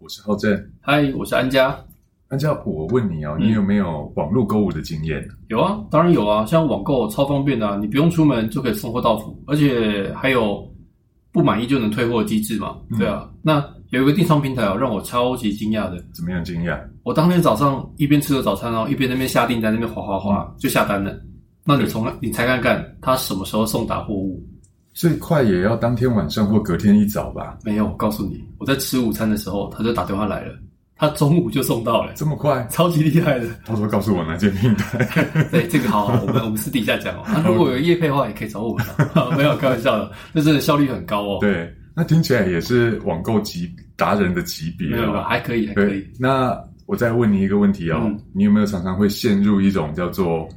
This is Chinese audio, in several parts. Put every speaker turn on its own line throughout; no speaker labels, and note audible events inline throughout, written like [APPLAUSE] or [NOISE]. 我是浩正。
嗨，我是安家。
安家，我问你哦，
嗯
你有没有网络购物的经验？
有啊，当然有啊，像网购超方便的、啊，你不用出门就可以送货到府，而且还有不满意就能退货的机制嘛。
嗯
对啊，那有一个电商平台哦，让我超级惊讶的。
怎么样经验？
我当天早上一边吃着早餐哦，一边那边下订单，那边划划划就下单了。那你从你猜看看，他什么时候送达货物？
最快也要当天晚上或隔天一早吧？
没有，我告诉你，我在吃午餐的时候，他就打电话来了，他中午就送到了，
这么快？
超级厉害的。
到时候告诉我哪件平
[LAUGHS]
台。
对，这个好，我们我们私底下
[LAUGHS]
讲哦。那、如果有业配的话，也可以找我们、啊。没有开玩笑的，这真的效率很高哦。，
对，那听起来也是网购级达人的级别
没有吧？
吧？
还可以，还可以
对。，那我再问你一个问题哦，
嗯
你有没有常常会陷入一种叫做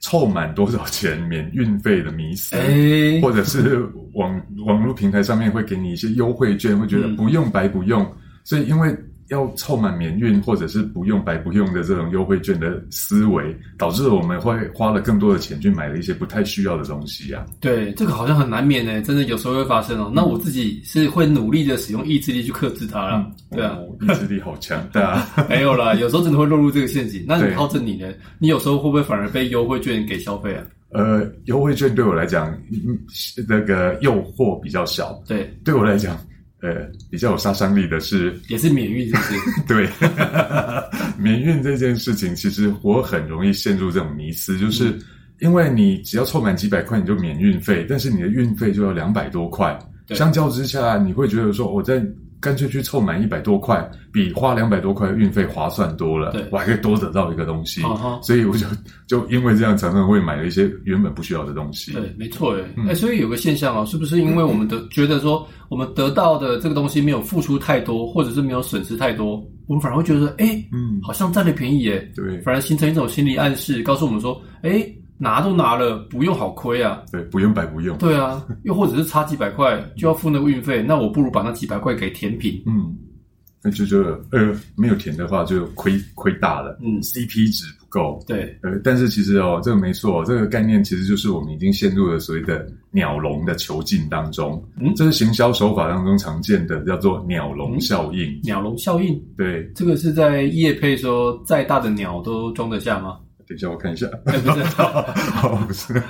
凑满多少钱免运费的迷思？
哎，
或者是网 [LAUGHS] 网络平台上面会给你一些优惠券，会觉得
嗯
不用白不用，所以因为要凑满免运或者是不用白不用的这种优惠券的思维，导致我们会花了更多的钱去买了一些不太需要的东西啊。
对，这个好像很难免呢，真的有时候会发生
嗯
哦。那我自己是会努力的使用意志力去克制它啦。对啊，
哦，意志力好强啊大。 [LAUGHS]
没有啦，有时候真的会落入这个陷阱。那
嗯对
你靠着你呢？你有时候会不会反而被优惠券给消费啊？
呃，优惠券对我来讲，嗯那个诱惑比较小。
对，
对我来讲，呃，比较有杀伤力的是
也是免运，是
[LAUGHS]
不是？
对，免运这件事情，其实我很容易陷入这种迷思，就是
嗯
因为你只要凑满几百块你就免运费，但是你的运费就要两百多块，
对
相较之下，你会觉得说哦我在。干脆去凑满一百多块，比花两百多块的运费划算多了
对。
我还可以多得到一个东西
嗯哼
所以我就就因为这样，常常会买了一些原本不需要的东西。
对，没错，哎、哎，所以有个现象哦，是不是因为我们得觉得说，我们得到的这个东西没有付出太多，或者是没有损失太多，我们反而会觉得，哎、
嗯，
好像占了便宜耶，
对
反而形成一种心理暗示，告诉我们说，哎、拿都拿了，不用好
[LAUGHS]
亏啊，
对，不用白不用。
对啊，又或者是差几百块就要付那个运费，那我不如把那几百块给填平，
嗯，那就觉得呃，没有填的话就亏亏大了。
嗯，
CP 值不够。
对，
呃，但是其实哦，这个没错、这个概念其实就是我们已经陷入了所谓的鸟笼的囚禁当中。
嗯
这是行销手法当中常见的，叫做鸟笼效应。
鸟笼效应，
对，
这个是在业配说，再大的鸟都装得下吗？
等一下我看一下， [LAUGHS]
哎、不是。
哦，不是，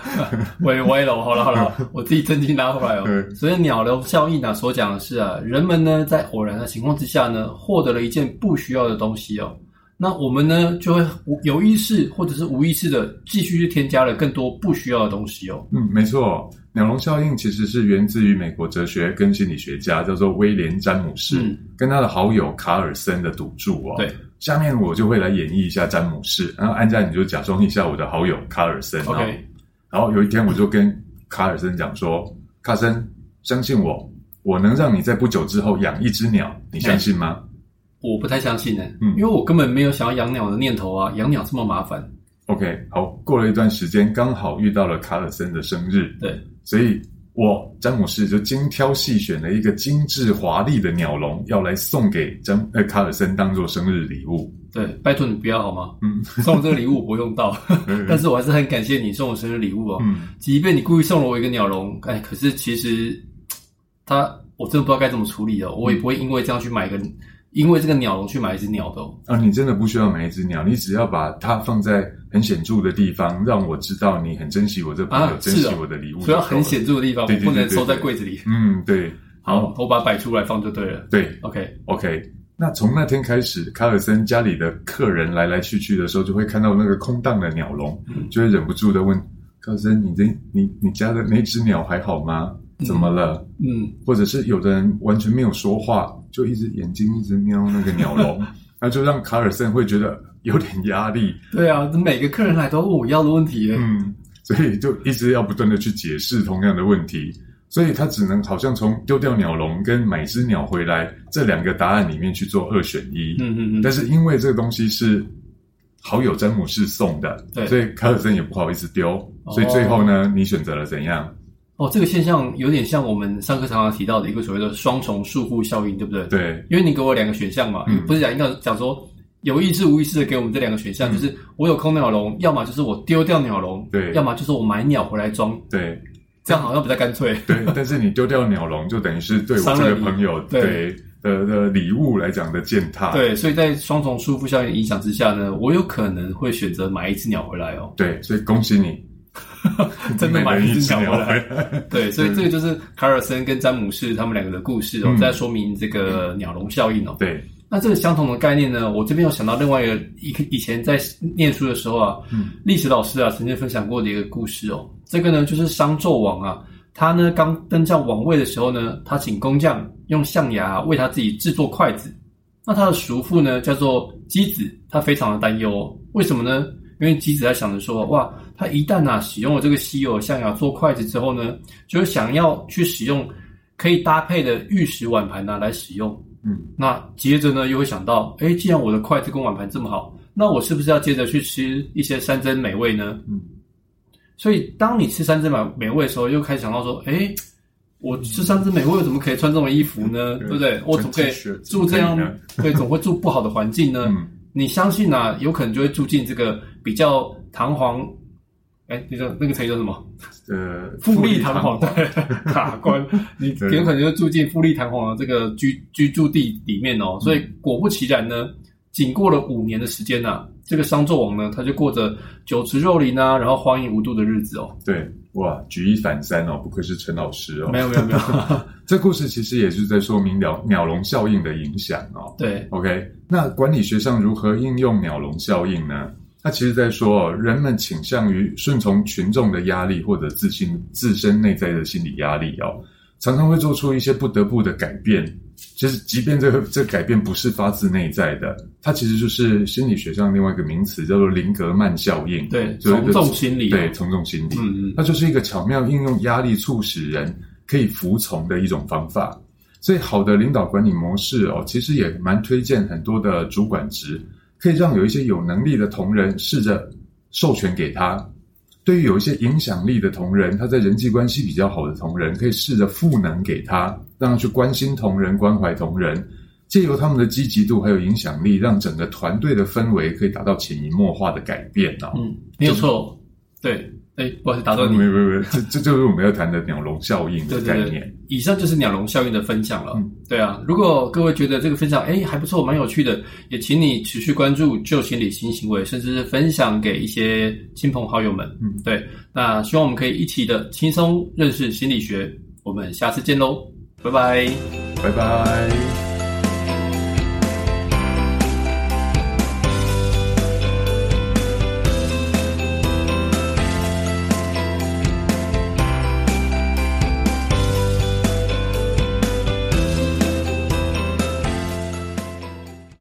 歪歪了，好了
[LAUGHS]
好了，我自己正经拿回来哦。
嗯对
所以鸟笼效应呢，所讲的是啊，人们呢在偶然的情况之下呢，获得了一件不需要的东西哦。那我们呢就会无有意识或者是无意识的继续去添加了更多不需要的东西哦。
嗯，没错，鸟笼效应其实是源自于美国哲学跟心理学家叫做威廉詹姆士、
嗯
跟他的好友卡尔森的赌注哦。
对，
下面我就会来演绎一下詹姆士，然后安家你就假装一下我的好友卡尔森。然后
OK，
然后有一天我就跟卡尔森讲说：“卡森，相信我，我能让你在不久之后养一只鸟，你相信吗
我不太相信呢、
嗯
因为我根本没有想要养鸟的念头啊，养鸟这么麻烦。
？”OK，好，过了一段时间，刚好遇到了卡尔森的生日，
对，
所以我詹姆士就精挑细选了一个精致华丽的鸟笼，要来送给詹呃卡尔森当做生日礼
[LAUGHS]
物。
对，拜托你不要好吗？
嗯
送我这个礼物我不用
[LAUGHS]
到，但
嗯
是我还是很感谢你送我生日礼物哦。
嗯，
即便你故意送了我一个鸟笼，哎，可是其实他我真的不知道该怎么处理哦，我也不会因为这样去买一个，因为这个鸟笼去买一只鸟的、哦。
啊，你真的不需要买一只鸟，你只要把它放在很显著的地方，让我知道你很珍惜我这朋友，
啊
珍惜
是哦
我的礼物就够了，
所以要很显著的地方，
对
我
对
不能
对对
收在
对
柜子里。
嗯，对，
好，我把它摆出来放就对了。
对
OK，
，OK。那从那天开始，卡尔森家里的客人来来去去的时候，就会看到那个空荡的鸟笼，
嗯
就会忍不住的问卡尔森：“你这你你家的那只鸟还好吗？怎么了？”
嗯，
或者是有的人完全没有说话，就一直眼睛一直瞄那个鸟
[LAUGHS]
笼，那就让卡尔森会觉得有点压力，
对啊，每个客人来都问我要的问题耶。
嗯， [LAUGHS] 所以就一直要不断的去解释同样的问题，所以他只能好像从丢掉鸟笼跟买只鸟回来这两个答案里面去做二选一，
嗯嗯嗯，
但是因为这个东西是好友詹姆士送的，
对
所以卡尔森也不好意思丢，
哦
所以最后呢，你选择了怎样？
哦，这个现象有点像我们上课常常提到的一个所谓的双重束缚效应，对不对？
对，
因为你给我两个选项嘛，
嗯
不是讲应该讲说有意识无意识的给我们这两个选项，
嗯
就是我有空鸟笼，要么就是我丢掉鸟笼，
对
要么就是我买鸟回来装，
对。
这样好像比较干脆。 [LAUGHS]
对，但是你丢掉鸟笼，就等于是对我
伤
这
了
个
你
朋友
对
对的的礼物来讲的践踏。
对，所以在双重束缚效应的影响之下呢，我有可能会选择买一只鸟回来
[LAUGHS]
哦。
对，所以恭喜你，
[LAUGHS] 真的
每
买
人
一
一
只
只
鸟
鸟
回来
回来。
对，所以这个就是卡尔森跟詹姆士他们两个的故事哦，
嗯
在说明这个鸟笼效应哦。
对，
那这个相同的概念呢，我这边有想到另外一个以以前在念书的时候啊，
嗯
历史老师啊曾经分享过的一个故事哦。这个呢就是商纣王啊，他呢刚登上王位的时候呢，他请工匠用象牙为他自己制作筷子。那他的叔父呢叫做箕子，他非常的担忧、哦，为什么呢？因为箕子在想着说，哇，他一旦啊使用了这个稀有的象牙做筷子之后呢，就是想要去使用可以搭配的玉石碗盘呢、来使用。
嗯，
那接着呢，又会想到，哎，既然我的筷子跟碗盘这么好，那我是不是要接着去吃一些山珍美味呢？
嗯，
所以当你吃山珍美美味的时候，又开始想到说，哎，我吃山珍美味，我怎么可以穿这种衣服呢？
对
对不对？我怎么可以
T 恤
住这样
怎么
[LAUGHS]
可以呢？
对，总会住不好的环境呢？
嗯，
你相信啊，有可能就会住进这个比较堂皇，哎，那个那个成语叫什么？
呃，
富丽堂皇，对， [LAUGHS] 卡关，你
对
有可能就住进富丽堂皇的这个居居住地里面哦。所以果不其然呢，仅过了五年的时间呐、啊这个商纣王呢，他就过着酒池肉林啊，然后荒淫无度的日子哦。
对，哇，举一反三哦，不愧是陈老师哦。
没有没有 [LAUGHS] 没有，
这故事其实也是在说明鸟鸟笼效应的影响哦。
对
OK，那管理学上如何应用鸟笼效应呢？它其实在说哦，人们倾向于顺从群众的压力或者自信自身内在的心理压力哦，常常会做出一些不得不的改变。其实，即便这个这个改变不是发自内在的，它其实就是心理学上另外一个名词，叫做林格曼效应。
对，
就是一
从
个
众心理、哦，
对，从众心理。
嗯嗯，
它就是一个巧妙应用压力促使人可以服从的一种方法。所以，好的领导管理模式哦，其实也蛮推荐很多的主管职，可以让有一些有能力的同仁试着授权给他。对于有一些影响力的同仁，他在人际关系比较好的同仁，可以试着赋能给他，让他去关心同仁、关怀同仁，借由他们的积极度还有影响力，让整个团队的氛围可以达到潜移默化的改变哦。
嗯，没有错，对，哎，不好意思打断你
没，有没有没有，这这就是我们要谈的鸟笼效应的
对
概
对
念。
对，以上就是鸟笼效应的分享了。
嗯
对啊，如果各位觉得这个分享哎还不错，蛮有趣的，也请你持续关注旧心理新行为，甚至是分享给一些亲朋好友们。
嗯，
对，那希望我们可以一起的轻松认识心理学。我们下次见喽，拜拜。
拜拜。